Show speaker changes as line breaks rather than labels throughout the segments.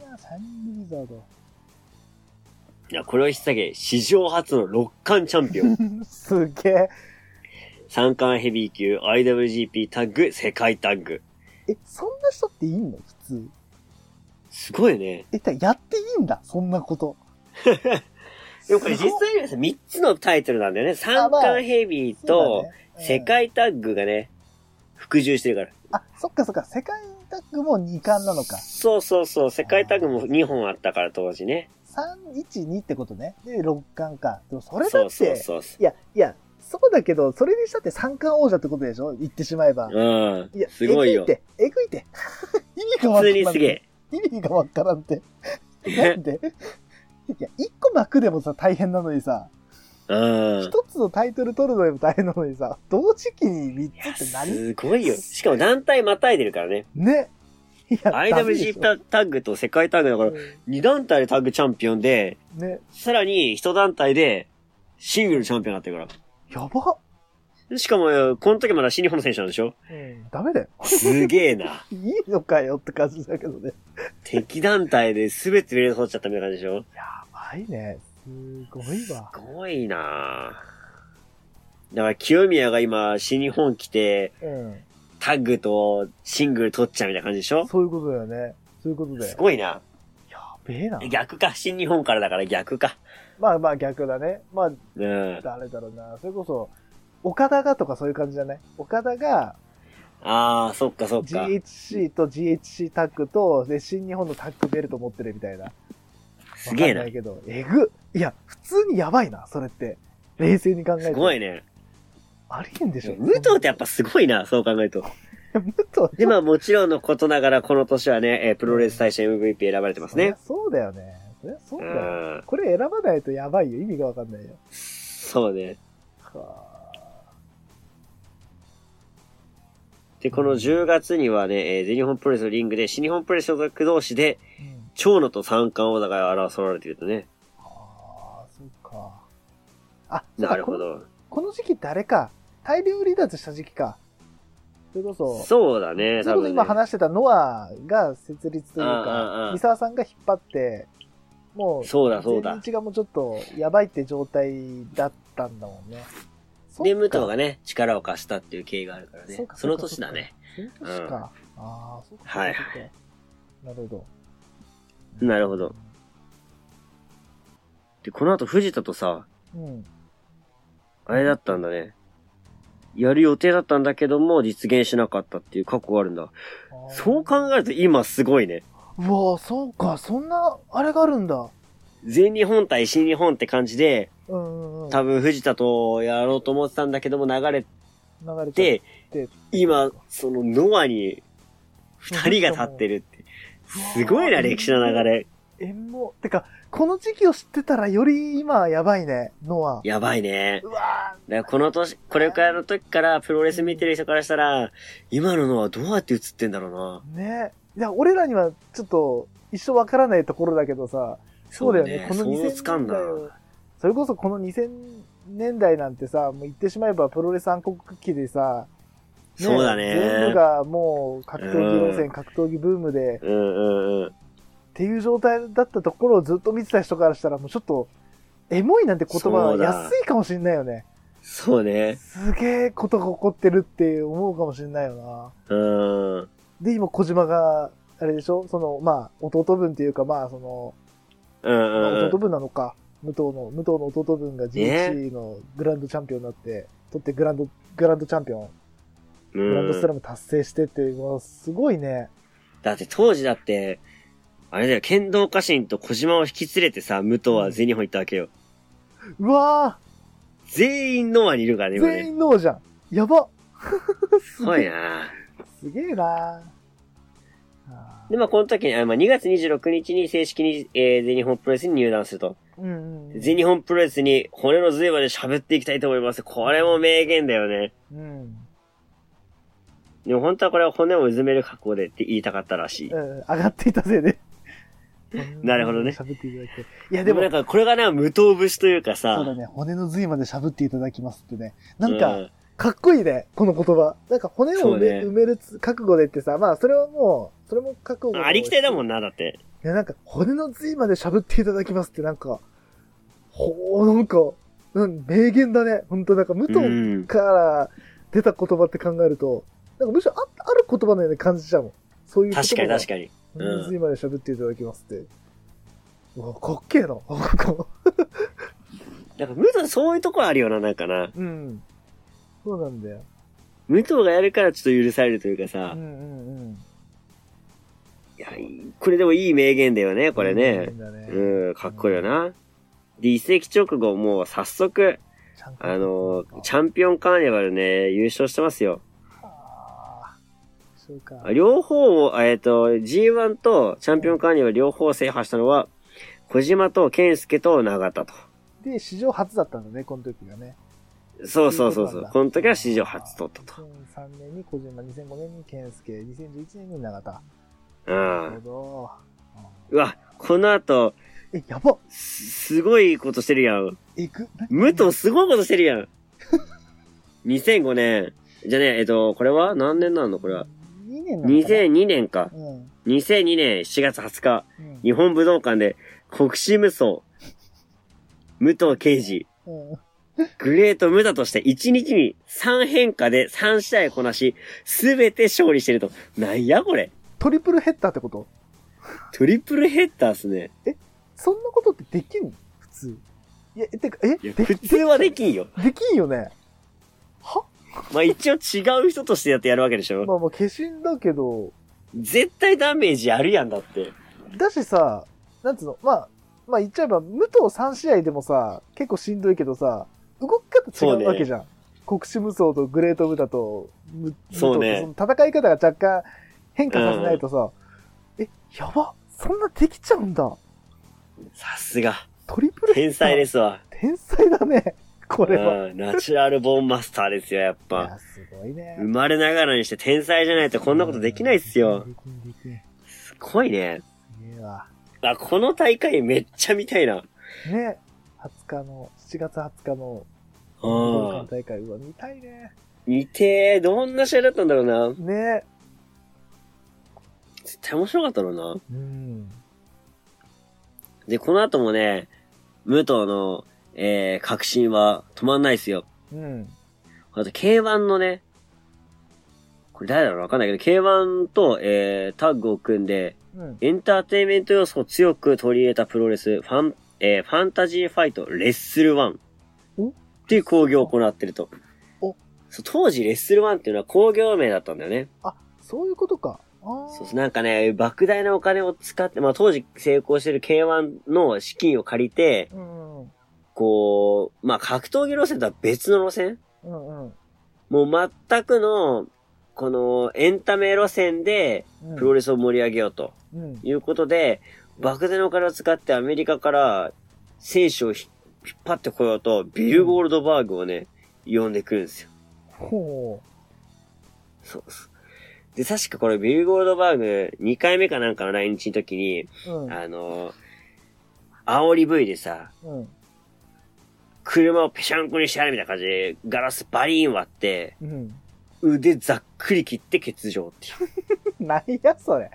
いな、サンリウィザード。
いや、これを引っ提げ、史上初の6冠チャンピオ ン。
すげえ。
3冠ヘビー級 IWGP タッグ世界タッグ。
え、そんな人っていいの普通。
すごいね。
え、だやっていいんだ、そんなこと。
でもこれ
すご
実
い
際にはさ、3つのタイトルなんだよね。
あ
3
まあ
冠ヘビー
そう
と、世。
だね
界タッグがね、服従してるから。
うんあ、そっかそっか、世界タッグも2冠なのか。
そうそうそう、世界タッグも2本あったから当時ね。
3、1、2ってことね。で、6冠か。でもそれだ
そ
っ
うそう
て、
そう。
いや、いや、そうだけど、それにしたって三冠王者ってことでしょ言ってしまえば。
うん
いや、。
すごいよ
えぐ。って、えぐいって。 意味がわか
普
ら
通
ん。
にすげ
意味がわからんって。な
え
ん。でいや、一個幕でもさ、大変なのにさ、
うん。
一つのタイトル取るのでも大変なのにさ、同時期に三
いや、
つって何
すごいよ。しかも団体またいでるからね。
ね。いや、ダメでし
IWG
ょ
タタッグと世界タッグだから、2団体でタッグチャンピオンで、
うんね、
さらに1団体でシングルチャンピオンになってるか
やば。
ら。しかも、この時まだ新日本の選手なんでしょ
うん、ダメだよ。
すげえな。
いいのかよって感じだけどね。
敵団体で全て上に取っちゃったみたいな感じでしょ
やばいね。すごいわ。
すごいなだから清宮が今、新日本来て、
うん。
タッグとシングル取っちゃうみたいな感じでしょ
そういうことだよね。そういうことだ
す
よ。
ごいな。
やべえな。
逆か、新日本からだから逆か。
まあまあ逆だね。まあ
うん。
誰だろうな。それこそ、岡田がとかそういう感じじゃない岡田が
ああ、そっかそっか。
GHC と GHC タッグと、で、新日本のタッグベルト持ってるみたいな。
すげえ
わかん
な
ない。けど、えぐ。いや、普通にやばいな、それって。冷静に考えて。
すごいね。
ありえんでしょ。
武藤ってやっぱすごいな、そう考えると。
そんな。武藤
で、まあもちろんのことながら、この年はね、えープロレス大賞 MVP 選ばれてます
そり
ね
ゃ。そうだよね。そりゃそう
う
だよ。
ん。
これ選ばないとやばいよ。意味がわかんないよ。
そうね。
はあ
で、この10月にはね、えー全日本プロレスのリングで、新日本プロレス所属同士で、
うん
長野と三冠王座が争われてるとね。
あー、そうか。あ、そうか
なるほど。
この時期ってあれか、大量離脱した時期か。それこそ、
そうだね、
それこそ
多分、ね。
今話してたノアが設立という
うんうんう
か
ん、
三沢さんが引っ張って、もう、
そうだそうだ
全日がもうちょっとやばいって状態だったんだもんね。そっか
で、武藤がね、力を貸したっていう経緯があるからね。
そ
そう
か
の年だね。
その年か。ああ、そっか。
はい
そっかなるほど。
なるほど。で、この後藤田とさ、
うん。
あれだったんだね。やる予定だったんだけども、実現しなかったっていう過去があるんだ。
あー
そう考えると今すごいね。
うわーそうか。そんな、あれがあるんだ。
全日本対新日本って感じで、
うんうんうん。
多分藤田とやろうと思ってたんだけども流れ
流れち
て、
ゃって、
今、そのノアに二人が立ってるって。すごいな、歴史の流れ。
縁も、てか、この時期を知ってたらより今やばいね、ノア。
やばいね。
うわ
だからこの年、これくらいの時からプロレス見てる人からしたら、今ののはどうやって映ってんだろうな。
ーねいや、俺らにはちょっと一生わからないところだけどさ、そうだよね、この
想
2000
像
年
つかんな
代。をそれこそこの2000年代なんてさ、もう言ってしまえばプロレス暗黒期でさ、
そうだ
全部
ね。
がもう格闘技路
う
線、格闘技ブームで、
うんうんうん。
っていう状態だったところをずっと見てた人からしたら、もうちょっと、エモいなんて言葉
そ
は
うだ
安いかもしんないよね。
そうね。
すげえことが起こってるって思うかもしんないよな。
うん。
で、今、小島が、あれでしょその、まあ、弟分っていうか、まあ、その、
うん
まあ
うん
弟分なのか。武藤の、武藤の弟分が GHC のグランドチャンピオンになって、取ってグランド、グランドチャンピオン、
う
グラン
ん。う
ドスラ
ん。
ム達成してっていう、もうすごいね。
だって当時だって、あれだよ、剣道家臣と小島を引き連れてさ、武藤は全日本行ったわけよ。
うわ
全員ノアにいるからね、
ー
今
全
ね。
員ノーじゃんやば
すごいな
すげえなあー
で、まあこの時に、あまあ2月26日に正式に、えー全日本プロレスに入団すると。
うんうん。
全日本プロレスに骨の髄まで喋っていきたいと思います。これも名言だよね。
うん。
でも本当はこれは骨をうずめる覚悟でって言いたかったらしい。
うん、上がっていたせいで。
なるほどね
喋っていただいて。いや、
で
で
も
も
なん、かこれがな、無糖節というかさ。
そうだね、骨の髄まで喋っていただきますってね。なんか、
うん
かっこいいね、この言葉。なんか骨を埋め,、
そうね
埋めるつ覚悟でってさ、まあそれはもう、それも覚悟。
ありきたりだもんな、だって。
いや、なんか、骨の髄まで喋っていただきますって、なんか、ほう、なんか、なん名言だね。本当なんか、武
う
藤
ん。
から出た言葉って考えると、なんかむしろあある言葉のように感じちゃうもん。そういう言葉
確かに確
か
かに。
に
うん
骨の髄まで喋っていただきますって。うわ、かっけえな、ここ。
なんか、武藤そういうとこあるよな、なんかな。
うん。そうなんだよ。
武藤がやるからちょっと許されるというか
う
さ
んう。んうん。
いや、いいこれでもいい名言だよね、これね。
うんだね
うん、かっこいいよな。で、移籍直後、もう早速、
ちゃんと
あの、チャンピオンカーニバルね、優勝してますよ。
あーそうか。
両方を、えっ、と、G1 とチャンピオンカーニバル両方制覇したのは、小島と健介と永田と。
で、史上初だったんだね、この時がね。
そうそうそ
という
うそ
ことなん
う
だ。
この時は史上初取ったと。
2003年に小島、2005年に健介、2011年に永田。
う
なるほ
ん。
ど。うん
うわ、この後、
え、やば
すすごいことしてるやん。
えぐ
武藤すごいことしてるやん。2005年。じゃあね、えっと、これは何年なのこれは。
?2 年なのかな
2002年か。
うん。
2002年7月20日、
うん
日本武道館で国士無双、武藤敬司、
うん。
グレート無駄として1日に3変化で3試合こなし、すべて勝利してると。なんやこれ。
トリプルヘッダーってこと
トリプルヘッダーっすね。
そんなことってできん普通。いや、てか、え
いや、
で
普通はできんよ。
できんよね。は
まあ一応違う人としてやってやるわけで しょ。
まあまあ、化身だけど、
絶対ダメージあるやんだって。
だしさ、なんつうの、まあ、まあ言っちゃえば、武藤3試合でもさ、結構しんどいけどさ、動き方違うわけじゃん。国士無双とグレートブタと、む
そうね
武藤とその戦い方が若干変化させないとさ、え、やばそんなできちゃうんだ
さすが。
トリプル。
天才です すわ。
天才だね。これは。
うん。ナチュラルボーンマスターですよ、やっ
い
ぱ
や、。すごいね
生。まれながらにして天才じゃないとこんなことできないっすよ。
できんできん。す
すごいね。
げえわ。
あ、この大会めっちゃ見たいな。
ね。20日の、7月20日の、武
う
道
ん
館。大会、うわ、見たいね。
見てー、どんな試合だったんだろうな。
ね。
絶対面白かったろうな。
うん。
で、この後もね、武藤の、えー、確信は止まんないっすよ。
うん。
あと、K1 のね、これ誰だろうわかんないけど、K1 と、えー、タッグを組んで、
うん。
エンターテインメント要素を強く取り入れたプロレス、ファン、えー、ファンタジーファイト、レッスルワン。
お
っていう工業を行ってると。
お
そう当時、レッスルワンっていうのは工業名だったんだよね。
そういうことか。ああ。
そうそう、なんかね、莫大なお金を使って、まあ当時成功してる K1 の資金を借りて、
うんうん。
こう、まあ格闘技路線とは別の路線
うんうん。
もう全くの、このエンタメ路線で
うん
プロレスを盛り上げようと
うん。
いうことで、莫大なお金を使ってアメリカから選手をひ引っ張ってこようと、ビル・ゴールドバーグをね、呼んでくるんですよ。
ほ
そうです。で、確かこれビル・ゴールドバーグ2回目かなんかの来日の時に、
う。うん。
あの、煽り V でさ、
うん。
車をぺしゃんこにしてやるみたいな感じで、ガラスバリーン割って、
うん。
腕ざっくり切って欠場っていう。
なんやそれ。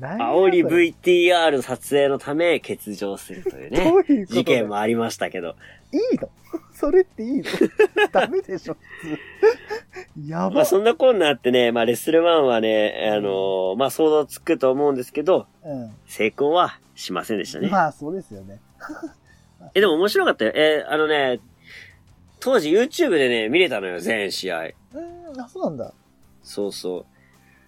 なんや
煽り
それ
VTR の撮影のため欠場するというね
ど。ういうことだよ
事件もありましたけど。
いいの それっていいのダメでしょ 普通。や
ま
ば
あ。そんなこんなあってね、まあレッスルワンはね、あのまあ想像つくと思うんですけど、
う
成功はしませんでした
ん。
ね。
まあ、そうですよね。
え、でも面白かったよ。えーあのね、当時 YouTube でね、見れたのよ、全試合。
うーん、あ、そうなんだ。
そうそう。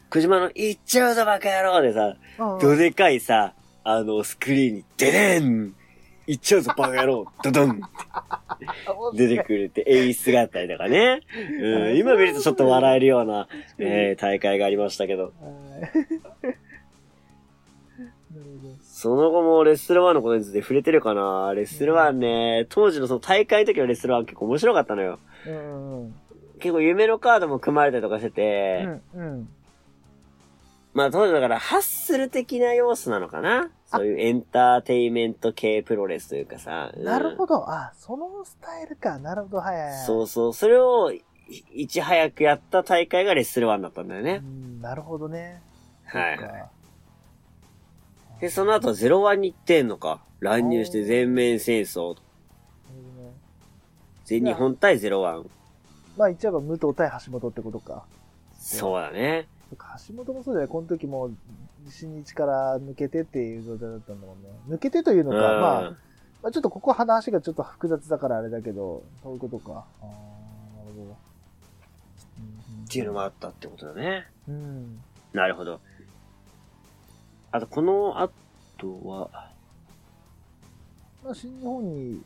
クジマの、行っちゃうぞバカ野郎でさ、
うん
どでかいさ、あの、スクリーンに、デデン行っちゃうぞバカ野郎ドドン出てくるって、演出があったりとかね。うん、今見るとちょっと笑えるような、えー大会がありましたけど。
はい なるほど
その後もレッスルワンのことについて触れてるかなレッスルワンね、当時のその大会の時のレッスルワン結構面白かったのよ。
うんうん
結構夢のカードも組まれたりとかしてて、
うんうん
まあ当時だからハッスル的な要素なのかなそういうエンターテイメント系プロレスというかさ。うん
なるほど。あ、そのスタイルか。なるほど。はいはいはい。
そうそう。それをいいち早くやった大会がレッスルワンだったんだよ
う。
ね
んなるほどね。
はい
そっか。
で、その後ゼロワンに行ってんのか。乱入して全面戦争。
ね
全日本対ゼロワン。
まあ言っちゃえば武藤対橋本ってことか。
そうだね。
そっか橋本もそうじゃないこの時も、新日から抜けてっていう状態だったんだもんね。抜けてという
う
の
ん。
か、まあ、まあ、ちょっとここ話がちょっと複雑だからあれだけど、そういうことか。あーなるほど。うん
っていうのもあったってことだね。
うん。
なるほど。あと、この後は、
まあ、新日本に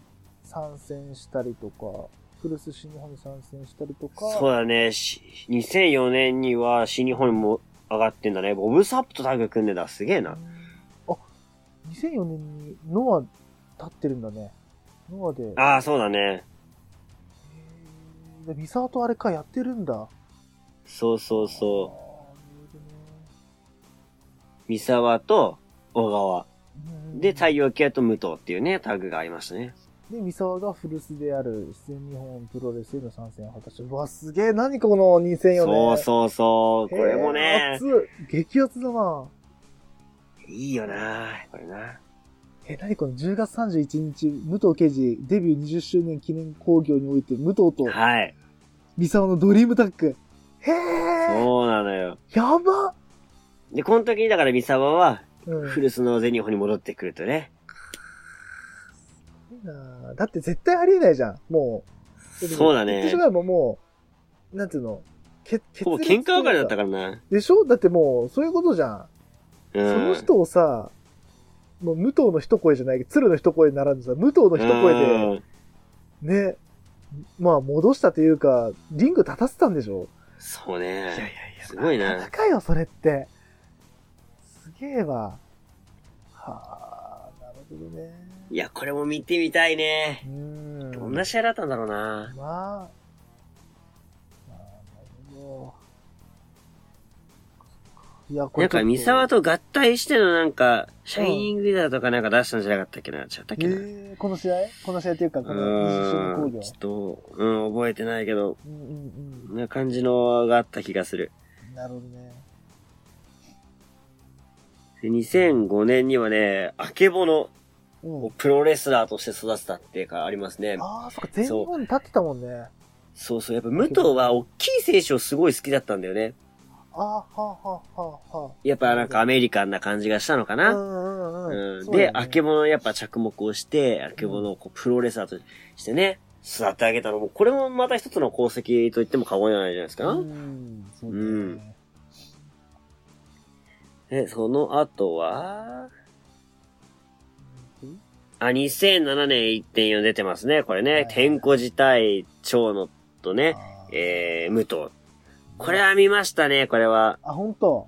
参戦したりとか、クルス新日本に参戦したりとか、
そうだね。し2004年には新日本にも上がってんだね。ボブサップとタッグ組んでた。すげえな。
あ、2004年にノア立ってるんだね。ノアで。
ああ、そうだね。
へーでミサーとあれかやってるんだ。
そうそうそう。
う。
三沢と小川。
うん
で、太陽系と武藤っていうね、タッグがありましたね。
で、三沢が古巣である出演日本プロレスへの参戦を果たした。うわ、すげえ、何この2004年。
そうそうそう。これも
へー
ね、
熱い激アツだな。
いいよな。これな。
え、何この10月31日、武藤刑事デビュー20周年記念興行において、武藤と
はい。
三沢のドリームタッグ。へえ、
そうなのよ。
やば
で、この時にだから三沢は、
うん、す
古巣の全日本に戻ってくるとね。
ごいなだって絶対ありえないじゃん、もう。
そうだね
言ってしまえばもう、なんていうの、け血
ほぼ喧嘩別れだった
ら。
からな。
でしょだってもう、そういうことじゃん。
うん。
その人をさ、もう武藤の一声じゃないけど、鶴の一声ならぬさ、武藤の一声
うん
で、ね、まあ戻したというか、リング立たせたんでしょ
そう
いやいやい
ね。
や、
すごいな
なかなかよ、それって。すげえわ。はあ、なるほどね。
いや、これも見てみたいね
う。ん。
どんな試合だったんだろうな。
まあ、まあ、なるほど。いや、こ
な
れ
んか、三沢と合体してのなんか、シャイニングリーダーとかなんか出したんじゃなかったっけな。違ったっ
え
けな。
ーこの試合この試合っていうか、この20周年
う
工
ん。
業
ち。ょっと、うん、覚えてないけど、
うんうんうん
こんな感じのがあった気がする。
なるほどね。
で2005年にはね、あけぼの
う
を
ん。
プロレスラーとして育てたっていうかありますね。
ああ、そっか、全日本に立ってたもんね。
そうそう。やっぱ武藤は大きい選手をすごい好きだったんだよね。
ああ、はあ、はあ、はあ、は
やっぱなんかアメリカンな感じがしたのか
あ。
な。
うんうんうん。
うん、で、あけ
ぼ。
ぼのやっぱ着目をして、あけぼのをこうプロレスラーとしてね、育ってあげたのも、これもまた一つの功績と言っても過言ではないじゃないですか。
うん、そうだよね。
で、その後は、あ、2007年1.4出てますね。これ
はい
ね、天候自体、長野とね、
あー
えー、武藤。これは見ましたね、これは。
あ、ほんと。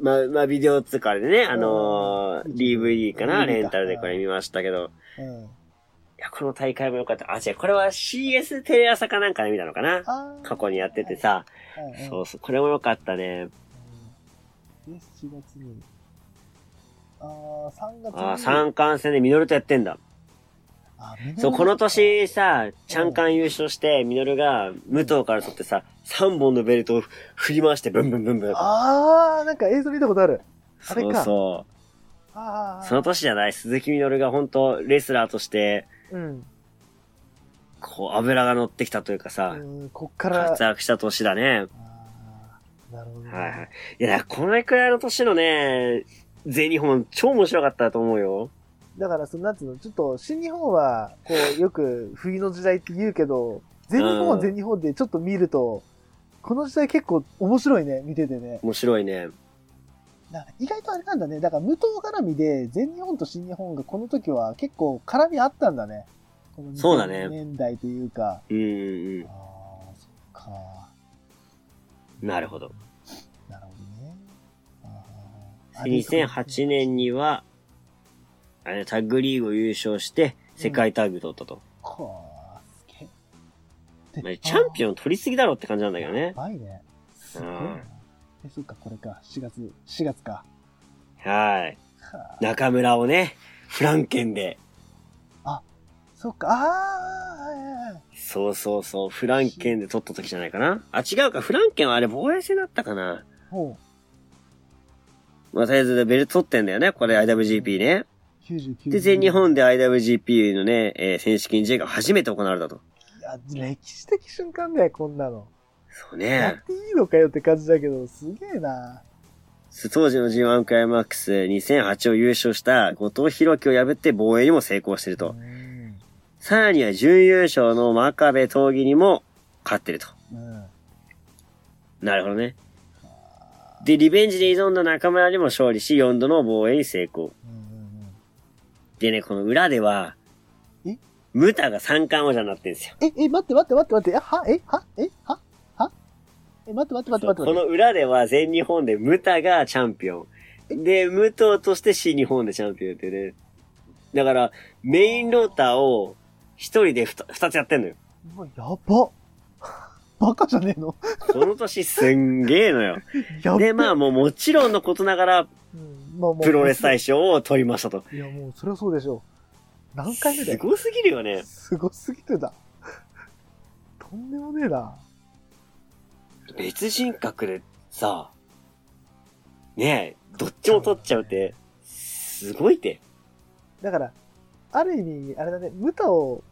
まあ、まあ、ビデオ通貨でね、あのー、DVD かな、
DVD か
レンタルでこれ見ましたけど。
うん。
いや、この大会も良かった。あ、違う、これは CS テレ朝かなんかで見たのかな
あー
過去にやってて。さ。
はい
そうそう、これも良かった
う
ね。
んで、7月に。ああ、3月に。
あー、三冠戦でミノルとやってんだ。
あみんな
そう、この。年さ、チャンカン優勝して、ミノルが武藤から取ってさ、3本のベルトを振り回して、ブンブンブンブン。
ああ、なんか映像見たことある。あれ
そう
か
そ
あ
う。
あ。
その年じゃない、鈴木ミノルが本当レスラーとして、
うん。
こう、油が乗ってきたというかさ、
うん、こっから。
活躍した年だね。
あーなるほどね。
はいはい。いや、このくらいの年のね、全日本超面白かったと思うよ。
だから、その、なんつうの、ちょっと、新日本は、こう、よく、冬の時代って言うけど、全日本は全日本でちょっと見ると、この時代結構面白いね、見ててね。
面白いね。
なんか意外とあれなんだね。だから、無党絡みで、全日本と新日本がこの時は結構絡みあったんだね。この
そうだね
2000年代というか。
うんうん
ああ、そっか。
うん。なるほど。
なるほどね。あー
2008。年には、あれ、タッグリーグを優勝して、世界タッグ取ったと。
こう、すげえ。
まあチャンピ
オン
オン取りすぎだろって感じなんだけどね
や。ばいね。すごいな
うん
え、そっか、これか。4月、4月か。
はい。
はあ、
中村をね、フランケンで。
そっか、あーはいはいはい
そうそうそう、フランケンで取った時じゃないかな。あ、違うか、フランケンはあれ防衛戦だったかな。
ほ
まあ、とりあえずベルト取ってんだよね、これ IWGP ね。
99
で、全日本で IWGP のね、えー選手権試合が初めて行われたと。
いや、歴史的瞬間だよ、こんなの。
そう
や
ね
っ。ていいのかよって感じだけど、すげえな。
当時の G1 クライマックス2008を優勝した後藤弘樹を破って防衛にも成功してると
う。ん。
さらには準優勝の真壁闘技にも勝ってると。
うん。
なるほどね。で、リベンジで挑んだ中村にも勝利し、4度の防衛に成
う
功。
んうんうん
でね、この裏では
え、
ムタが三冠王者になってるんですよ。
え、え、待って待って待って待って、えは、え、は、え、は、はえ、待って待って待って待って
こ
待っ
の裏では全日本でムタがチャンピオン。で、武藤として新日本でチャンピオンってね。だから、メインローターを一人で二二つやってんのよ。
て。うわやば。バカじゃねえの
その年すんげえのよ。
やば。
で、まあもうもちろんのことながら、
うんまあまあ
プロレス大賞を取りましたと。
いや、もう、それはそうでしょう。何回目だ
す
よ。
ごすぎるよね。
すごすぎるだ。とんでもねえな。
別人格でさ、ねえ、どっちも取っちゃうって、すごいって。
だから、ある意味、あれだね、ムタを、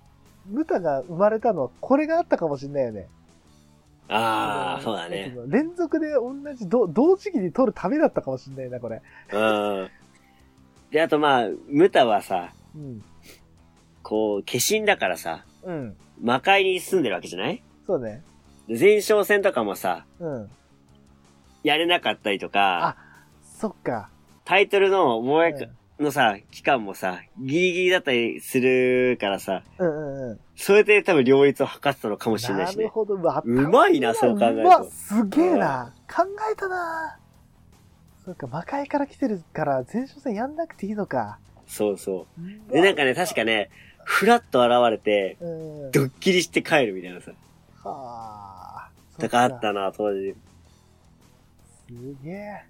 ムタが生まれたのはこれがあったかもしれないよね。
ああ、
の
そうだね。。
連続で同じ、ど同時期に撮るためだったかもしれないな、これ。
うん。で、あとまあ、ムタはさ、
うん。
こう、化身だからさ、
うん。
魔界に住んでるわけじゃない
そうね。
で前哨戦とかもさ、
うん。
やれなかったりとか、
そっか。
タイトルの萌
う
え
ん
のさ、期間もさ、ギリギリだったりするからさ、
うんうんうん。
それで多分両立を図ってたのかもしれない
な
し
る
ね。
ほど。うわ
うまいな
頭
そう考えると
うわすげえな。考えたな。そっか、魔界から来てるから、前哨戦やんなくていいのか。
そうそうう。で、なんかね、確かね、ふらっと現れて、
わ、うん。
ドッキリして帰るみたいなさ、
はあ。
とかあっ
そっか。
たな、当時。
すげえ。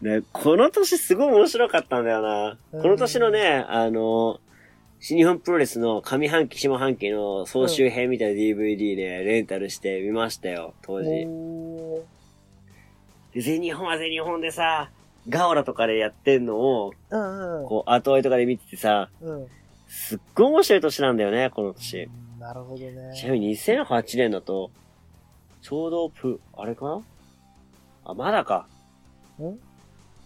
ね、この年すごい面白かったんだよな。
うん
この年のね、あの、新日本プロレスの上半期、下半期の総集編みたいな DVD ね、レンタルして見ましたよ、当時。
おー
で全日本は全日本でさ、ガオラとかでやってんのを、
うんうん。
こう、後追いとかで見ててさ、
うん。
すっごい面白い年なんだよね、この年。
なるほどね。
ちなみに2008年だと、ちょうどプ、あれかなあ、まだか。
ん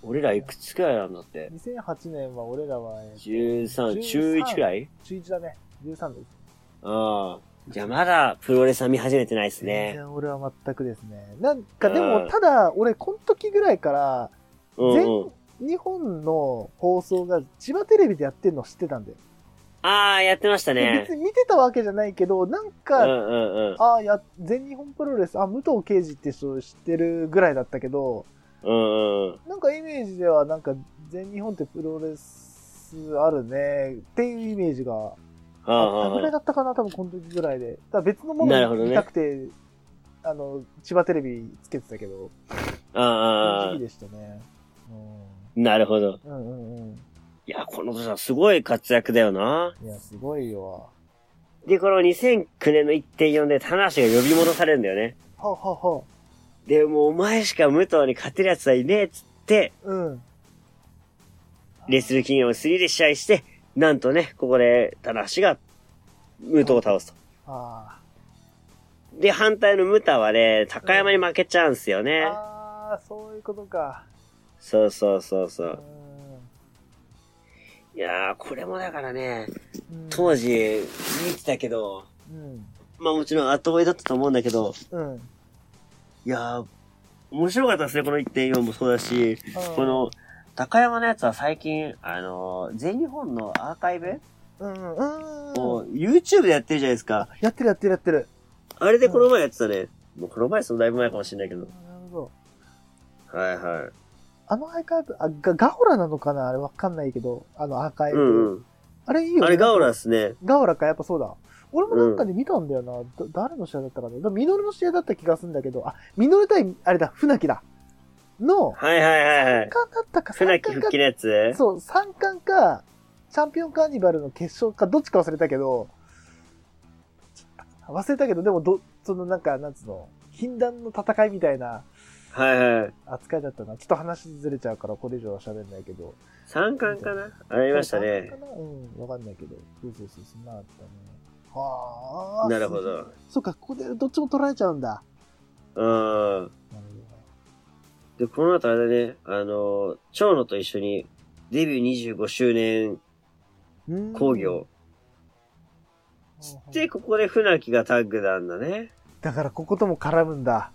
俺らいくつくらいなんだって。
2008年は俺らは、えー
13、中1くらい
中1だね。13です。
ああ。じゃあまだプロレスは見始めてないです
全
ね。
然俺は全くですね。なんかで
うん
も、ただ、俺、この時ぐらいから、
うん
全
うん。
日本の放送が千葉テレビでやってるの知ってたんだよ。
ああ、やってました
で
ね
別。に見てたわけじゃないけど、なん
うん
か、
うんうん。
ああ、や、全日本プロレス、あ、武藤敬司って人知ってるぐらいだったけど、
うんうん。
なんかイメージでは、なんか全日本ってプロレスあるねっていうイメージがあったぐらい
あ
だったかな、多分この時ぐらいで。ただ別のも
なるほ
の
どね
見たくて、あの、千葉テレビつけてたけど、
あ。あ
その
あ
時。でしたね。う
なるほど。
ん、うんうんうん。
いや、この年はすごい活躍だよな。
いや、すごいよ。
で、この2009年の1.4で、田無が呼び戻されるんだよね。
はあ、はあは
で、もうお前しか武藤に勝てる奴はいねえっつって、
あ、うん。
レッスルキングを3で試合して、なんとね、ここで、田無が、武藤を倒すと。
あ
で、反対のムタはね、高山に負けちゃうんすよ
ー
ね。
あー、そういうことか。
そうそうそうそうう。
ん
いやー、これもだからね、
うん
当時、見てたけど、
うん。
まあもちろん後追いだったと思うんだけど、
うん。
いやー、面白かったですね、この1.4もそうだし、この、高山のやつは最近、あのー全日本のアーカイブ
うん、うん、うん。
を YouTube でやってるじゃないですか。
やってるやってるやってる。
あれでこの前やってたね。もうこの前、そのだいぶ前かもしれないけ
なる
ど。
ほど。
はいはい。
あのアーカイブ、あ、ガガオラなのかなあれわかんないけど、あのアーカイブ。
うんうん。
あれいいよね。
あれガオラっすね。
ガオラか、やっぱそうだ。俺もなんかで見たんだよな。だ誰の試合だったかな。だミノルの試合だった気がするんだけど、あ、ミノル対、あれだ、船木だ。の、
はいはいはいはい
三。冠だったか、
船
三
木
冠
復
か
帰、のやつ
そう、三冠か、チャンピオンカーニバルの決勝か、どっちか忘れたけど、忘れたけど、でもど、そのなんか、なんつうの、禁断の戦いみたいな、
はいはい。
扱いだったな。ちょっと話ずれちゃうから、これ以上は喋んないけど。
三冠かなありましたね
か。なうん、わかんないけど。そうそうそう、そんなのあったね。はあ。
なるほ
すげえ。
ど。
そっか、ここでどっちも取られちゃうんだ。
うん。
なる
で、この後あれだね、あの、蝶野と一緒にデビュー25周年
ほど。うん
興行。
ほうほう
で、ここで船木がタッグなんだね。
だからこことも絡むんだ。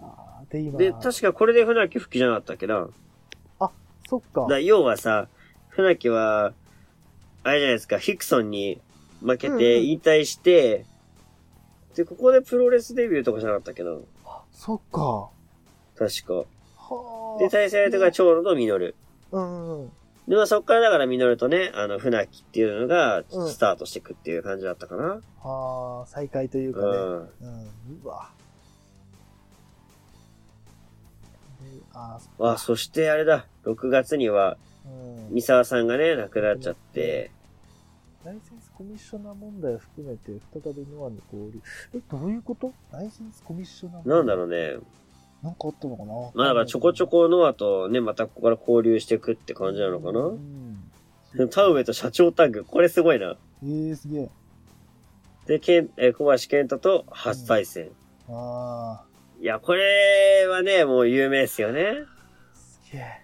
あーで、今。
で、確かこれで船木復帰じゃなかったっけな。
そっか
だ。要はさ、船木は、あれじゃないですか、ヒクソンに負け
うんうん
て引退して、で、ここでプロレスデビューとかじゃなかったっけな。
そっか。
確か。
はあ。
で、対戦相手が長野とミノル。
うんうん。
で、まあそっからだからミノルとね、あの、船木っていうのが
うん
スタートしてくっていう感じだったかな。
はあ、再会というかね。
うん。
うん、うわ。であーそっか
あ、そしてあれだ、6月には、
うん、
三沢さんがね、亡くなっちゃって、
ライセンスコミッショナー問題を含めて、再びノアに合流。え、どういうことライセンスコミッショナー
なんだろ
う
うね。
なんかあったのかな
まあだからちょこちょこノアとね、またここから交流してくって感じなのか
う
な。
ん。
田植えと社長タッグ、これすごいな。
えー、すげえ。
で、ケンえー小林健太と初対戦。
あ
いや、これはね、もう有名ですよね。
ー、すげえ。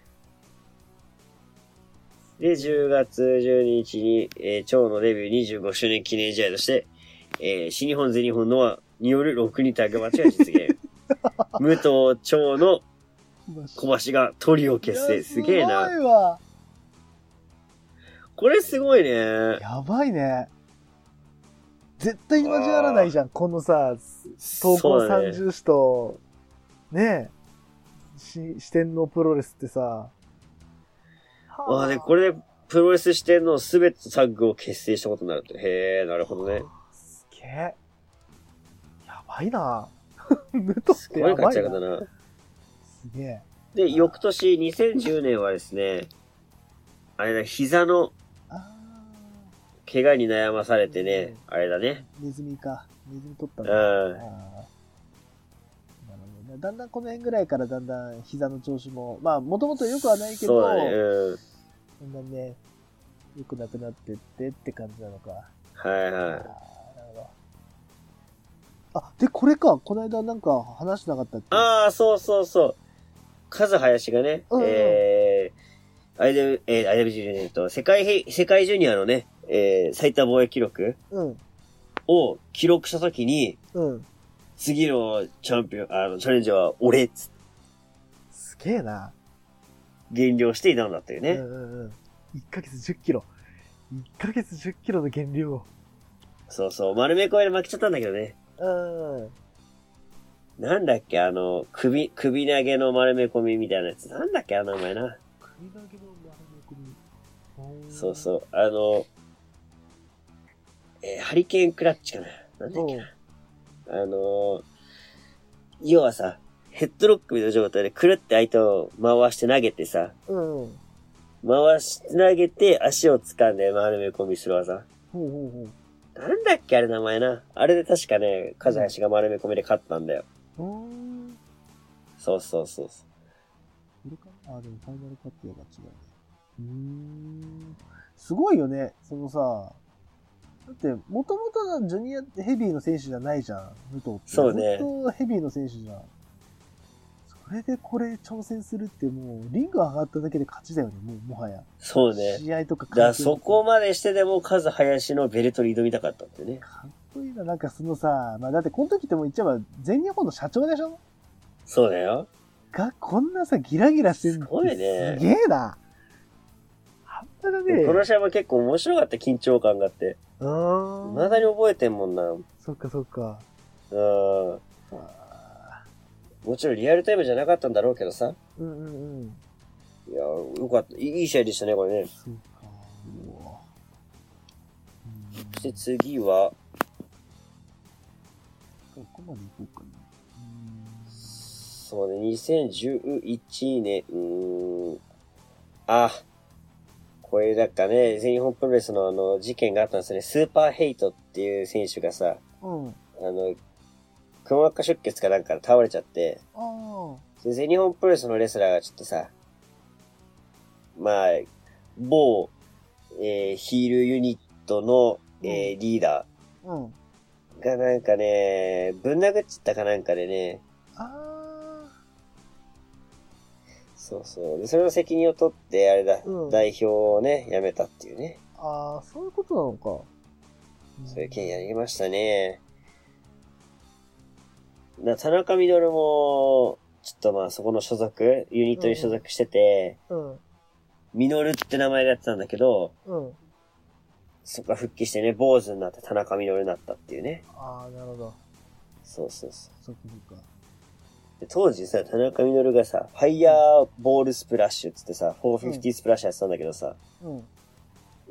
で、10月12日に、えー、蝶のデビュー25周年記念試合として、えー新日本、全日本ノアによる6人タッグマッチが実 現。武藤蝶の小橋がトリを結成。すげえ
いやす
な。
ごいわ。
これすごいね。
やばいね。絶対交わらないじゃん。このさ、
そ
東高
うだね。
30市と、ねえ、し、四天王プロレスってさ。
ああ、で、これでプロレスしてんのすべてとタッグを結成したことになると。へえ、なるほどね。。
すげえ。やばいな。 武藤っ
す
て
ご
や
い
ば
活
い
躍だ
な。
な。
すげえ。
で、翌年、2010年はですね、あれだ、膝の
あ
怪我に悩まされてね、あれだ
ー
ね。
ネズミか。ネズミ取った
う
の。あ
ん
ー。なるほどねだんだんこの辺ぐらいからだんだん膝の調子も、まあ、もともと良くはないけ
そう
ど、
だね、うん。
だんだんね、良くなくなってってって感じなのか。
はい
あーな
は
るほどあ、で、これか。この間なんか話してなかったっけ
い。ああ、そうそうそう。カズハヤシがね、
うんうん
えー、アイデル、えー、アイデルジュニアと、世界平、世界ジュニアのね、えー、最多防衛記録
うん。
を記録したときに、
うん。
次のチャンピオン、あの、チャレンジャーは俺っつ、
すげえな。
減量していたんだっていう
う
ね。
んうんうん。1ヶ月10キロ。1ヶ月10キロの減量を。
そうそう、丸めこえで負けちゃったんだけどね。
うん。
なんだっけ、あの、首、首投げの丸め込みみたいなやつ。なんだっけ、あのお前な。
首投げの丸め込み。
そうそう、あの、えーハリケーンクラッチかな。なんだっけ
うん。
あのー要はさ、ヘッドロックみたいな状態でくるって相手を回して投げてさ、
うん。うん。
回して投げて足を掴んで丸め込みする技。
ほうほうほう。
なんだっけあれ名前な。あれで確かね、カズハシが丸め込みで勝ったんだよ。
うーん。こ
そうそうそうそ
れかなあ、でもファイナルカットが違うね。うーん。すごいよね。そのさ、だって、もともとジュニアヘビーの選手じゃないじゃん、武藤って。
そうね
ずっとヘビーの選手じゃん。それでこれ挑戦するってもう、リング上がっただけで勝ちだよね、もう、もはや。
う。そうね。
試合とか
だからそこまでしてでもカズハヤシのベルトに挑みたかったってね。
かっこいいな、なんかそのさ、まあだってこの時ってもう言っちゃえば全日本の社長でしょ
そうだよ。
が、こんなさ、ギラギラしてる
すごいね
すげえな。半端だね。
この試合も結構面白かった、緊張感があって。
うーん。
未だに覚えてんもんな。
そっかそっか。
うん。
あ
もちろんリアルタイムじゃなかったんだろうけどさ。
ーうんうんうん。
いや、よかった。いいいい試合でしたね、これね。
そうか。うわうん
そして次は、
ここまで行こうかな。う
そうね、2011年、うーん、あ、これだかね、全日本プロレスのあの、事件があったんですね。スーパーヘイトっていう選手がさ、
ーん。うん。
あの、くも膜下出血かなんかで倒れちゃって、
ああ。
それで日本プロレスのレスラーがちょっとさ、まあ、某、えーヒールユニットの、えーリーダ
うん。
ーがなんかね、ぶん殴っちゃったかなんかでね、
あ
そうそう。で、それの責任を取って、あれだ、
うん
代表をね、辞めたっていうね。
あ。ああ、そういうことなのか。
そういう件やりましたね。な、田中みどるも、ちょっとまあそこの所属、ユニットに所属してて、
うん。
みのるって名前でやってたんだけど、
うん。
そっから復帰してね、坊主になって田中みどるになったっていうね。
ああ、なるほど。
そうそうそう。
そっかそっか。
で当時さ、田中みどるがさ、ファイヤーボールスプラッシュっつってさ、450スプラッシュやってたんだけどさ、
うん。
も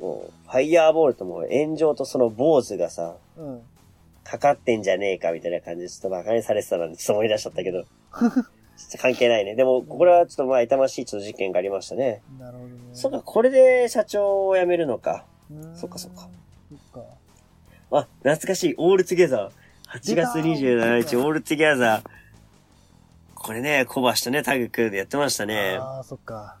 う、ファイヤーボールともう炎上とその坊主がさ、
うん。
かかってんじゃねえかみたいな感じでちょっと馬鹿にされてたなんてちょっと思い出しちゃったけど。ちょっと関係ないね。でも、これはちょっとまあ痛ましいちょっと事件がありましたね。
なるほどね。
そっか、これで社長を辞めるのか。
うーん
そっかそっか。
そっか。
あ、懐かしい。オールツゲザー。8
出
月
た
27日、オールツゲザー。これね、小橋とね、タグ組んでやってましたね。
ああ、そっか。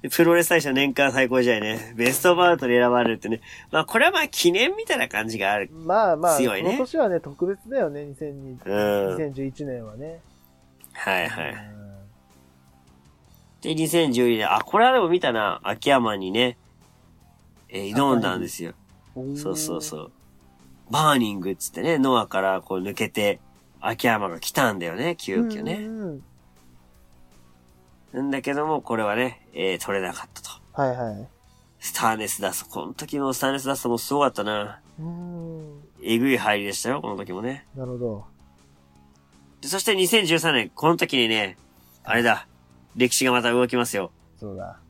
でプロレス大賞年間最高試合ね。ベストバウトで選ばれるってね。まあ、これはまあ記念みたいな感じがある。
まあまあ、
強いね
この年はね、特別だよね、2002
うん。はい
2011年はね。
はい。
うん
で、2012年、あ、これはでも見たな、秋山にね、えー挑んだんですよ。そうそう
う。
そう。バーニングっつってね、ノアからこう抜けて、秋山が来たんだよね、急遽ね。
うんうんうん。
なんだけども、これはね、えー取れなかったと。
はいはい。
スターネスダスト、この時のスターネスダストもすごかったな。
うーん。
えぐい入りでしたよ、この時もね。
なるほど。
でそして2013年、この時にね、あれだ、歴史がまた動きますよ。
そうだ。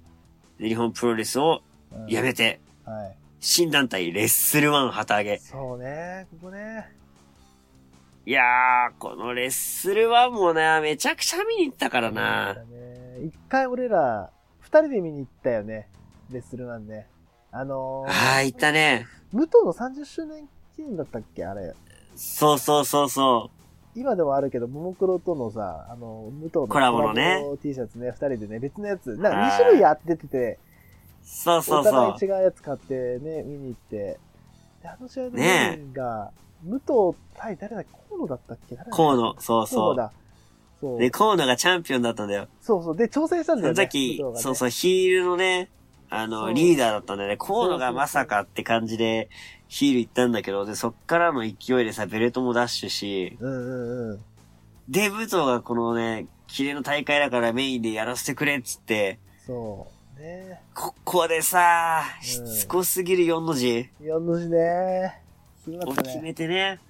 で日本プロレスを
うん
やめて、
はい。
新団体レッスルワン旗揚げ。
そうね、ここね。
いやー、このレッスルはもうな、めちゃくちゃ見に行ったからな。
だね一回俺ら、二人で見に行ったよね。レッスルなんで。あの
あ
ー、
ー、行ったね。
武藤の30周年記念だったっけあれ。
そうそうそうそ
今でもあるけど、ももクロとのさ、あの、武藤の
コラボのね
コラボ T シャツね、二人でね、別のやつ。なんか
はい
2種類やっててて、
う。そうそ
お
うそ
互
う
い。違うやつ買ってね、見に行って。で、あの試合の
ねえ
メインが、武藤対誰だっけ河野だったっけ誰だっけ
河野、そう
河
そ。
野だ。そうう。
で、河野がチャンピオンだったんだよ。
そうそう。で、挑戦したんだ
そ
よ
の
ね。
時
武藤が、ね
そうそう、ヒールのね、あ
そ
の、
う
リーダーだったんだよね。河野がまさかって感じで、ヒール行ったんだけど、で、そっからの勢いでさ、ベルトもダッシュし、
うんうんうん。
で、武藤がこのね、キレの大会だからメインでやらせてくれっつって、
そう。ね
ここでさ、し
うん
つこすぎる4の字。
え。4の字ね。すご
を
かった
決
ね。
めてね、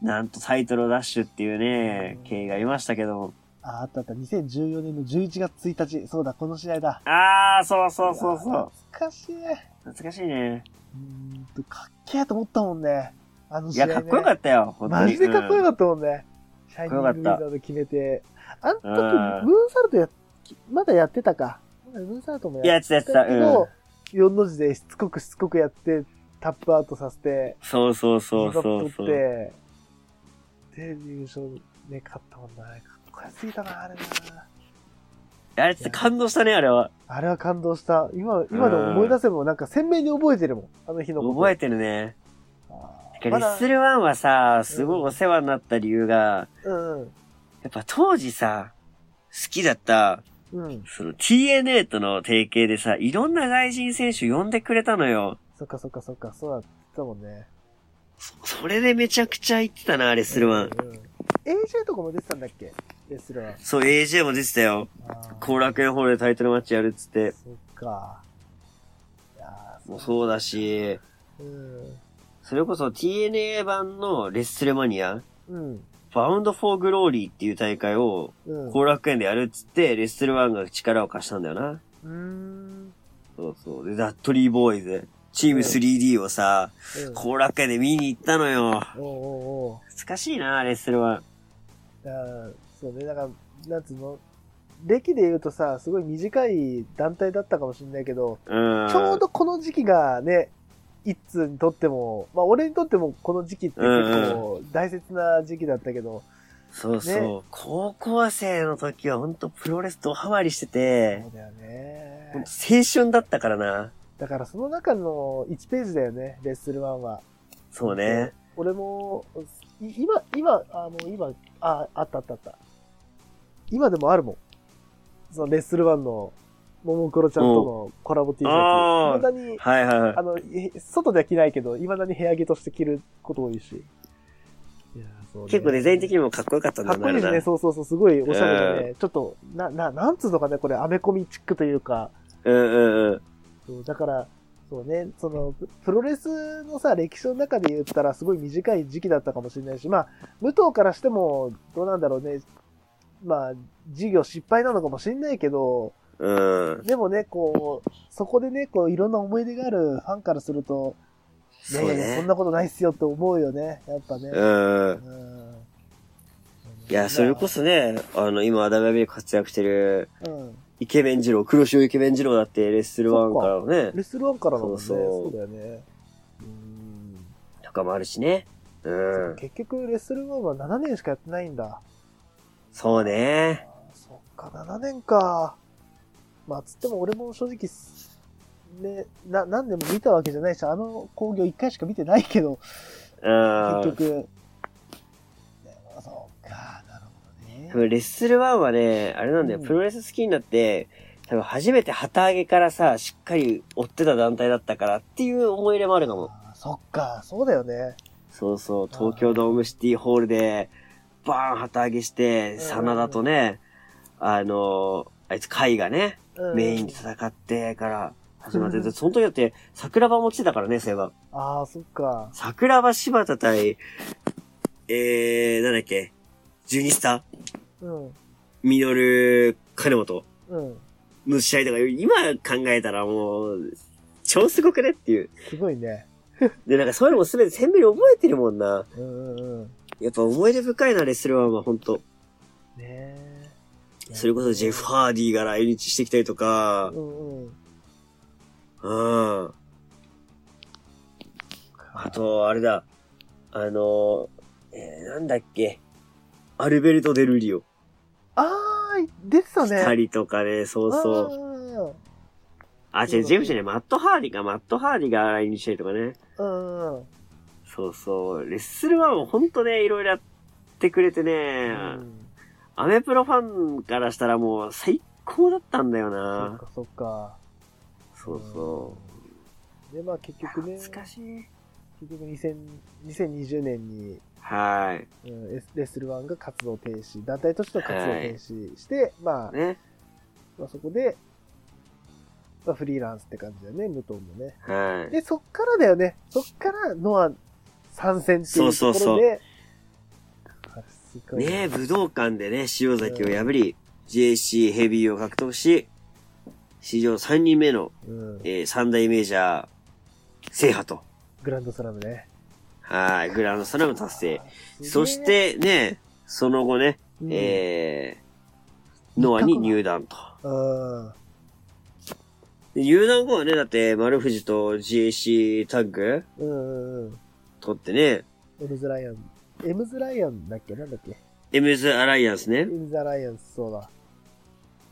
なんとタイトルダッシュっていうね、経緯がありましたけども。
あ、あったあった。2014年の11月1日。そうだ、この試合だ。
あー、そうそうそう
いや
そう。。
懐かしい。う
懐かしいね。
ーんと、かっけえと思ったもんね。あの
い
試合、
や、
ね。
かっこよかったよ、本当に。
マジでかっこよ
っ
かったもんね。シャイニングウィザード決めて。あの時、ムーンサルトや、まだやってたか。まだムーンサルトも
いや、
や
や
っ
ってたやっててた、
たけど、
うん。
4の字でしつこくしつこくやって、タップアウトさせて、
そうそうそう
リバ
そ
ッ
う
プ
そ
取
う。
って、で、優勝ね、勝ったもんな。かっこよすぎたな、あれな。
あれって感動したね、あれは。
あれは感動した。今、今でも思い出せば、なんか鮮明に覚えてるもん。あの日のこと。
覚え
て
てるね。レ
まだ
ッス、ルワンはさ、すごいお世話になった理由が、
うんうん。
やっぱ当時さ、好きだった、
うん。
その TNA との提携でさ、いろんな外人選手呼んでくれたのよ。
そっかそっかそっか、そうだったもんね。
それでめちゃくちゃ言ってたな、レッスルワン。
うんうん。AJ とかも出てたんだっけレスラー。
そう、AJ も出てたよ。後楽園ホールでタイトルマッチやるっつって。
そっか。いやー
もうそうだ。し、
うん。
それこそ TNA 版のレッスルマニア、
うん。
バウンドフォーグローリーっていう大会を
うん。
後楽園でやるっつって、レッスルワンが力を貸したんだよな。
うーん。
そうそう。で、ダットリーボーイズ。チーム 3D をさ、
うん
後楽園で見に行ったのよ。
おうおうお
懐かしいな、レッスルワン。
う。あーそうね、だから、なんつうの、歴で言うとさ、すごい短い団体だったかもしれないけど、
うん。
ちょうどこの時期がね、一通にとっても、まあ俺にとってもこの時期って結構大切な時期だったけど、
そうそう。高校生の時はほんとプロレスドハマりしてて
そ、うだよね
ほん。と青春だったからな。
だからその中の1ページだよね、レッスルワンは。
そうね。
俺も、い今、今、あの、今、あ、あったあったあった。今でもあるもん。そのレッスルワンの、ももクロちゃんとのコラボ T シ
あ
ャ
ー
ツ。未だに、
はいはい
あ
は
の、い外では着ないけど、未だに部屋着として着ること多いし。いやーそうね
い。結構デザイン的にもかっこよかったん
か
だ
っこいいですね、
な
そうそうそう、すごいおしゃれでね、ちょっと、な、な、なんつうのかね、これ、アメコミチックというか、
うんうんうん。
そうだから、そうね、その、ププロレスのさ、歴史の中で言ったら、すごい短い時期だったかもしれないし、まあ、武藤からしても、どうなんだろうね、まあ、事業失敗なのかもしれないけど、
うん。
でもね、こう、そこでね、こう、いろんな思い出があるファンからすると、いやい
そ
うやいや、そん
ね。
なことないっすよって思うよね、やっぱね。
うん。
うん
いや、それこ、そね、あの、今、アダム・アベリ活躍してる、
うん。
イケメン二郎、黒潮イケメン二郎だって、レッスルワンからのね、
レスルワンからのもんね、そ
そううそう
だよね。うん
とかもあるしね。う。
そうん結局、レスルワンは7年しかやってないんだ。
そうね。
そっか、7年か。まあ、つっても俺も正直す、ね、な、何でも見たわけじゃないし、あの興行1回しか見てないけど、
うん。
結局。でもそうか、なるほどね。
レッスルワンはね、あれなんだよ、
うん
プロレス好きになって、多分初めて旗揚げからさ、しっかり追ってた団体だったからっていう思い入れもあるかも。
あーそっか、そうだよね。
そうそう、東京ドームシティホールで、バーン旗揚げして、真田とね、あの、あいつ海がね、
うん
メインで戦ってから始まってて、その時だって桜庭も来てたからね、そういえば。
ああ、そっか。
桜庭柴田対、えー、なんだっけ、ジュニスタ、
うん、
ミノル、金本。
うん。
の試合とか、今考えたらもう、超すごくねっていう。
すごいね。
で、なんかそういうのも全て鮮明に覚えてるもんな。
うんうんうん。
やっぱ思い出深いな、レスルワンは、ほんと。
ねえ。
それこそジェフ・ハーディが来日してきたりとか
う、んうん。
うん。あと、あれだ。あの、えー、なんだっけ。アルベルト・デルリオ。
あー、出てたね。
二人とかね、そうそう。
う。
あ、違う、ジェフじゃない、マット・ハーディか、マット・ハーディが来日したりとかね。
うんうん。
そうそう。レッスルワンもほんとね、いろいろやってくれてね、
うん
アメプロファンからしたらもう最高だったんだよ
そっ
な。
かそっか。
そうそ
で、まあ結
う。
局ね、結
懐かしい。
局2000 2020年に、
は
うん、レスレッスルワンが活動停止、団体としての活動停止して、まあ
い。、ね。
まあそこで、まあ、フリーランスって感じだよね、武藤もね。
はい。
で、そっからだよね。そっからノア参戦っていうところで、
そうそうそう
あすごい
ねえ、武道館でね、塩崎を破り、JC ヘビーを獲得し、史上3人目の、
うん、
え3大メジャー制覇と、
グランドスラムね。
はい、グランドスラム達成。
あ
そし、てね、その後ね、
すげえ
えー、ノアに入団と。
うんうん
で入団後はね、だって丸藤と JC タッグ
うんうん。
取ってね、
エムズライアン。エムズライアンだっけなんだっけ
MS アライアンスね
エ。ムズライアンそうだ。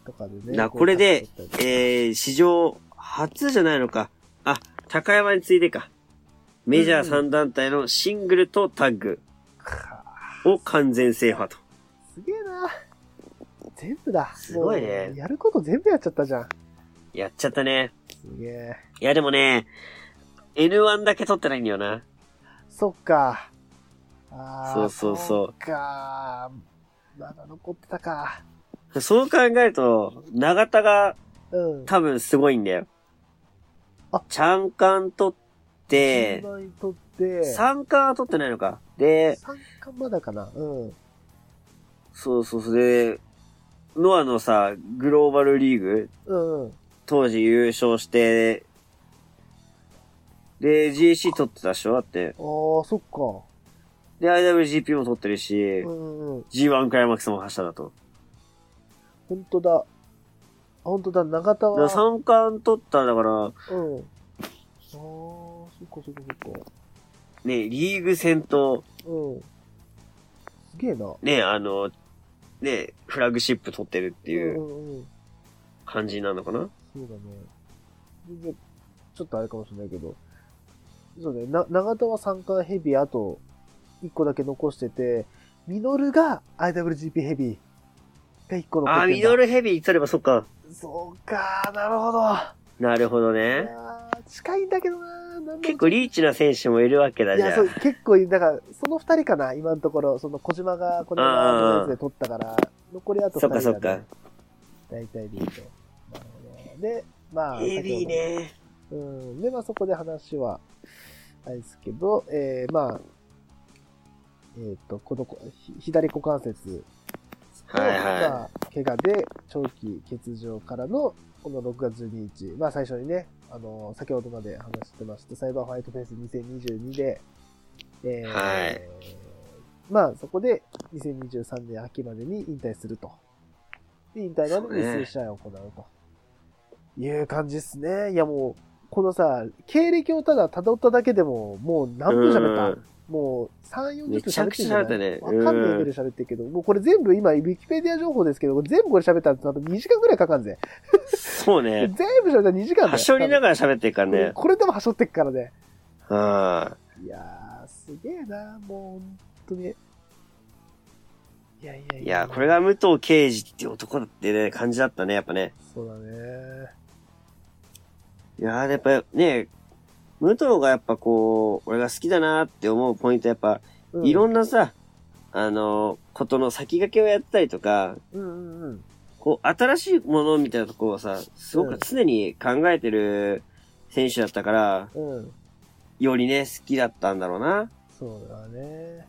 とかでね。
なこれで
こう
えー、史上初じゃないのか。あ、高山についてか。メジャー3団体のシングルとタッグ
か
を完全制覇と。
すげえな。全部だ。
すごいね
もうやること全部やっちゃったじゃん。
やっちゃったね。
すげえ。
いやでもね、N1 だけ取ってないんだよな。
そっか。ああ。
そうそうそう
っか。まだ残ってたか。
そう考えると、長田が
うん。
多分すごいんだよ
あ。
ちゃんかん取って、
順番にとって、
三冠は取ってないのか。で、
三冠まだかな。うん。
そうそうそう。で、ノアのさ、グローバルリーグ、
うん。
当時優勝して、で、GAC 取ってたでしょだって。
ああ、そっか。
で、IWGP も取ってるし、
うんうん。
G1 クライマックスも走っただと。
本当だ。本当だ、長田
だから
は。
三冠取った、だから、
うん。あーそっかそっかそっか。
ね、リーグ戦と、
うん。すげえな。っ
ね、あの、ね、フラグシップ取ってるって
て
いうん
うんうん。
感じなのかな
そうだね。全然、ちょっとあれかもしれないけど。そうね、な、長田は三冠ヘビー、あと、一個だけ残してて、ミノルが IWGP ヘビーが一個残っ
あー、
て
ミ
んだ
ドルヘビー取ればそっか。
そうかなるほど。
なるほど
い
ね。
やー近いんだけどななんだ
結構リーチな選手もいるわけだ
い
じゃ
や、そう、
ん。
結構、だから、その二人かな、今のところ。その、小島が、この間のやつで取ったから、残りあと二人だ、ね。
そっかそっか。
大体でいいと。なるほど。で、まあ、
ヘビー
先
ね。
ほど。うん。で、まあ、そこで話は、あれですけど、えー、まあ、えっ、と、このこ、ひ左股関節の、
はいはい
まあ、怪我で、長期欠場からの、この6月12日、まあ、最初にね、あの、先ほどまで話してました、サイバーファイトフェイス2022で、えー
はい
まあ、そこで2023年秋までに引退すると。で、引退までに数試合を行うと。いう感じですね。いや、もう、このさ、経歴をただ辿っただけでも、もう何分喋った、
うん
もう3、40分
めちゃ
喋っ
く
て
ち
ん
ゃ
じゃ
喋っ
な
た
い
ね。
わかんないレベル喋ってるけど、もうこれ全部今、ウィキペディア情報ですけど、全部これ喋ったらあと2時間ぐらいかかんぜ。
そう
全
ね。
部喋ったら2時間だよ。
はしょりながら喋ってるからね。
これでもはしょってっからね。
はい
やー、すげえな、もう本当に。いやいや
い。いや、これが武藤敬司っていう男だってね、感じだったね、やっぱね。
そうだね。
いやー、やっぱね、武藤がやっぱこう、俺が好きだなって思うポイントやっぱ、いろ
ん
んなさ、あの、ことの先駆けをやったりとか、
うんうんうん。
こう、新しいものみたいなところをさ、すご
う
く
ん
常に考えてる選手だったから、
うん。
よりね、好きだったんだろうな。
そうだね。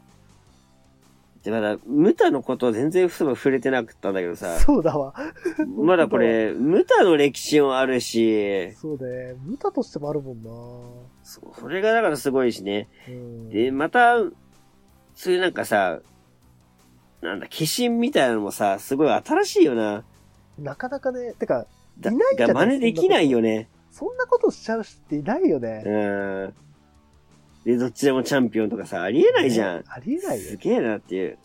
で、まだ、ムタのことは全然そういえば触れてなかったんだけどさ、
そうだわ。
まだこれ、ムタの歴史もあるし、
そうだね。見たとしてもあるもん
そそれがだからすごいしね。
な。うん。
で、また、そういうなんかさ、なんだ、化身みたいなのもさ、すごい新しいよな。
なかなかね、てか、
だ、
いないんじゃな
が
い
真似できないよね。
そんなことしちゃう人っていないよね。
うん。で、どっちでもチャンピオンとかさ、ありえないじゃん。
ありえないよ。
すげえなっていう。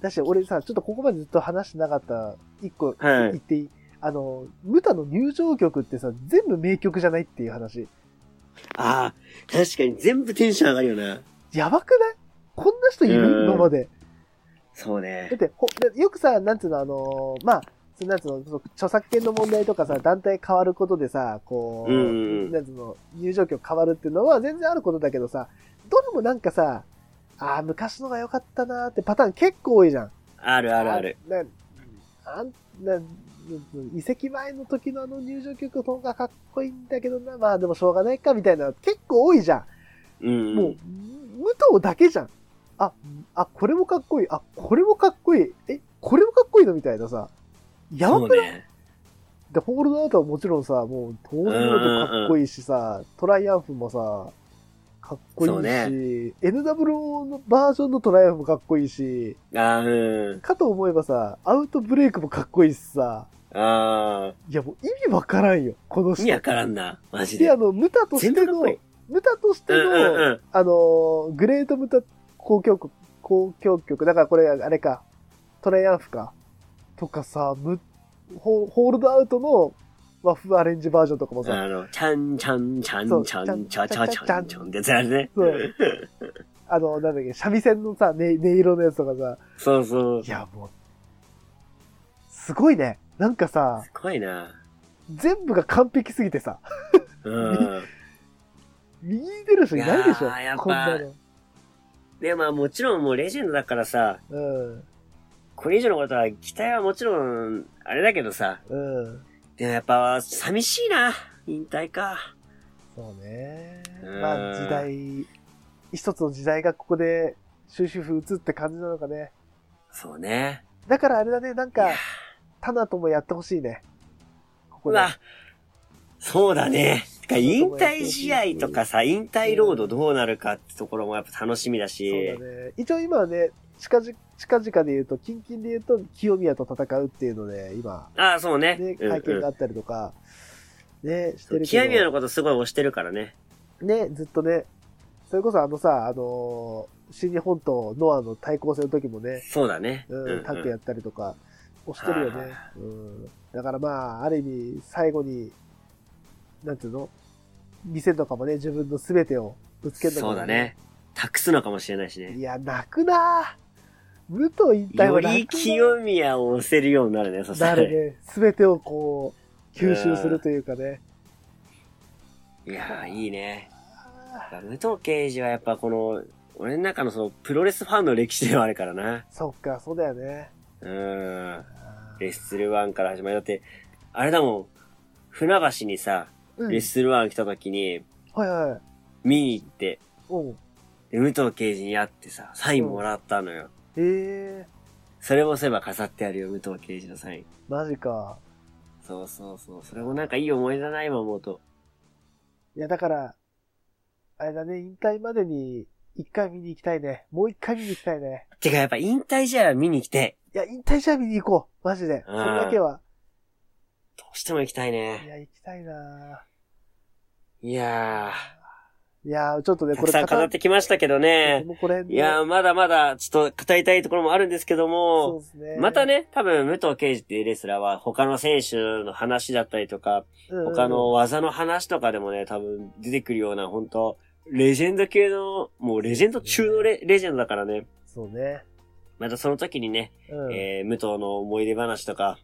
だし、俺さ、ちょっとここまでずっと話してなかった、一個
は
言
い
っていい、あの、ムタの入場曲ってさ、全部名曲じゃないっていう話。
ああ、確かに全部テンション上がるよな。
やばくないこんな人いる
うん
のまで。
そう
だっ
ね。
て、ほでよくさ、なんつうの、あのーまあ、そのなんつうの、その著作権の問題とかさ、団体変わることでさ、こう、
うんうんうん
なんつうの、入場曲変わるっていうのは全然あることだけどさ、どれもなんかさ、ああ、昔のが良かったなーってパターン結構多いじゃん。
あるあるある。
なあんな移籍前の時のあの入場曲の方がかっこいいんだけどな、まあでもしょうがないかみたいな結構多いじゃ
うん
ん。
う
もう、
ん。
武藤だけじゃん。あ、あ、これもかっこいい。あ、これもかっこいい。え、これもかっこいいのみたいなさ。やば
そう
くない、
ね。
で、ホールドアウトはもちろんさ、もう当然のことかっこいいしさ、トライアンフもさ、かっこいい
そう
し、
ね
NWO のバージョンのトライアンフもかっこいいし、
ああ、うん。
かと思えばさ、アウトブレイクもかっこいいしさ、
ああ。
いやもう意味わからんよ、この
意
人。
味わからんな。マジ
で、
で
あ。の、ムタとし
全
て
然かっ
の
こいい、。
ムタとして
うん
の、
うんうん。
あのー、グレートムタ公共曲、公共曲、だからこれ、あれか、トライアンフか、とかさ、むホホールドアウトの和風アレンジバージョンとかもさ、
あの、ちゃんちゃんちゃんちゃんちゃちゃちゃんちゃんってやつあるね。
そうあの、なんだっけ、三味線のさ、ね音色のやつとかさ、
そうそう
い。やもう、すごいね。なんかさ
す、ごいな。
全部が完璧すぎてさ、
うん。
右に出る人いないでし
い
ょ
やーやっぱ
こんなの。
で、まあもちろんもうレジェンドだからさ、
うん。
これ以上のことは期待はもちろん、あれだけどさ、
うん。
でもやっぱ寂しいな。引退か。
そうね。
うん
まあ時代、一つの時代がここで終止符打つって感じなのかね。
そうね。
だからあれだね、なん
い
か
や、
タナともやってほしいね。こ
う
こで。
わ、そうだね。てか引退試合とかさ、引退ロードどうなるかってところもやっぱ楽しみだ
そう
し、
だね。一応今はね、近々、近々で言うと、近々で言うと、清宮と戦うっていうので、今、
ああ、そうね。
ね、
うん
会見があ
うん
ったりとか、ね、してるけど。
キアミアのことすごい推してるからね。
ね、ずっとね、それこそあのさ、あのー、新日本とノアの対抗戦の時もね、
そうだね。
うん
うんうん
タッグやったりとか、押してるよ
はい
ね
は。
うん、だからまあ、ある意味、最後に、なんていうの店とかもね、自分の全てをぶつけるのか
そ
も
うだ。ね。託すのかもしれないしね
い。や、泣くなぁ武藤引退
よ
は泣くな
り清宮を推せるようになるね、そした
な
ら。
るね。全てをこう、吸収するというかね。
いやー、いいね。やっぱ武藤敬司はやっぱこの、俺の中のそのプロレスファンの歴史ではあるからな。
そっか、そうだよね。
うん。レッスルワンから始まり。だって、あれだもん、船橋にさ、
うん
レッスルワン来た時に、
はいはい。
見に行って、
うん。
で、武藤敬司に会ってさ、サインもらったのよ。
ええ
それもそういえば飾ってあるよ、武藤敬司のサイン。
ー、マジか。
そうそうそう。それもなんかいい思い出だな、今思うと。
いや、だから、あれだね、引退までに、一回見に行きたいね。もう一回見に行きたいね。
てかやっぱ引退じゃ見に来て、
いや、引退じゃ見に行こう。マジで。そ
うん
れだけは。
どうしても行きたい
い
ね。
や、行きたいない
や
ぁいやーちょっとね、
ー、た
こ
く
れ
さん飾ってきましたけどね
僕。もこれ、
いやー、まだまだちょっと語りたいところもあるんですけど
そう
も、
ですね。
また、ね、多分武藤敬司っていうレスラーは他の選手の話だったりとか、
うん
他の、技の話とかでもね、多分出てくるような、本当レジェンド系の、もうレジェンド中のレレジェンドだからね、
そうね。
またその時にね、
うん。
えー、武藤の思い出話とか、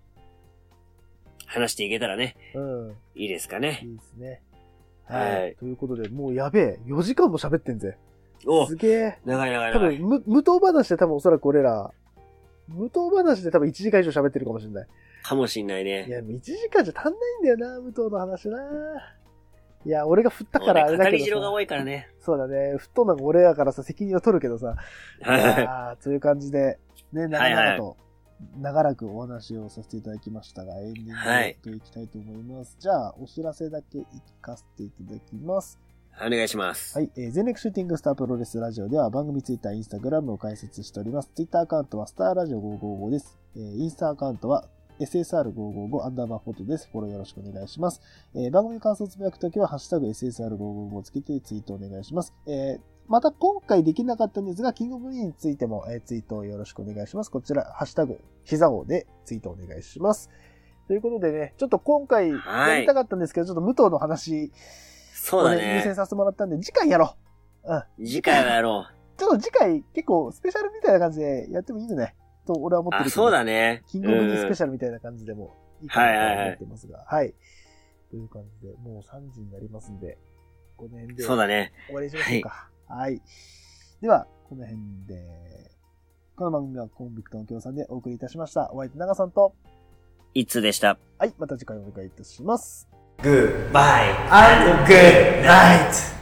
話していけたらね、
うん。
いいですかね。
いいですね。
はい
ということで、もうやべえ、4時間も喋ってんぜ。
お
すげえ。
長い長い
多
長
分
い。
無、無糖話で多分おそらく俺ら、無糖話で多分1時間以上喋ってるかもしれない。
かもしんない
い
ね。
や、でも1時間じゃ足んないんだよな、無糖の話な。いや、俺が振ったからあれだけ
語り
ど
城が
さ。
多いからね。
そうだね。振ったのが俺やからさ、責任は取るけどさ。
はいはい。
あーという感じで、ね、長
はいは
々
い
と、長らくお話をさせていただきましたが、エンディング
は
に
い
やっていきたいと思います。じゃあ、お知らせだけ行かせていただきます。
お願いします。
はい、えー全力シューティングスタープロレスラジオでは番組ツイッター、インスタグラムを開設しております。ツイッターアカウントはスターラジオ555です。えーインスタアカウントは SSR555 アンダーバーフォトです。フォローよろしくお願いします。えー番組感想をつぶやくときは、ハッシュタグ SSR555 をつけてツイートお願いします。えーまた今回できなかったんですが、キングオブリーについても、えーツイートをよろしくお願いします。こちら、ハッシュタグ、膝王でツイートお願いします。ということでね、ちょっと今回やりたかったんですけど、ちょっと武藤の話、
そうだ
優先
ね。
させてもらったんで、次回やろう
次回はやろ
ちょっと次回結構スペシャルみたいな感じでやってもいいのね。と俺は思
う。
ってるけ
あ、
ど。
そうだね。
キングオブギースペ
う
シャルみたいな感じでもいいかなと思ってますが。はい。という感じで、もう3時になりますんで、この辺
ん
で
そう
終
だね。
わりにしましょうか。はい、では、この辺で、この番組はコンビクトの京さんでお送りいたしました。お相手長さんと、
いつでした。
はい、また次回お願いいたします。
Goodbye and good night!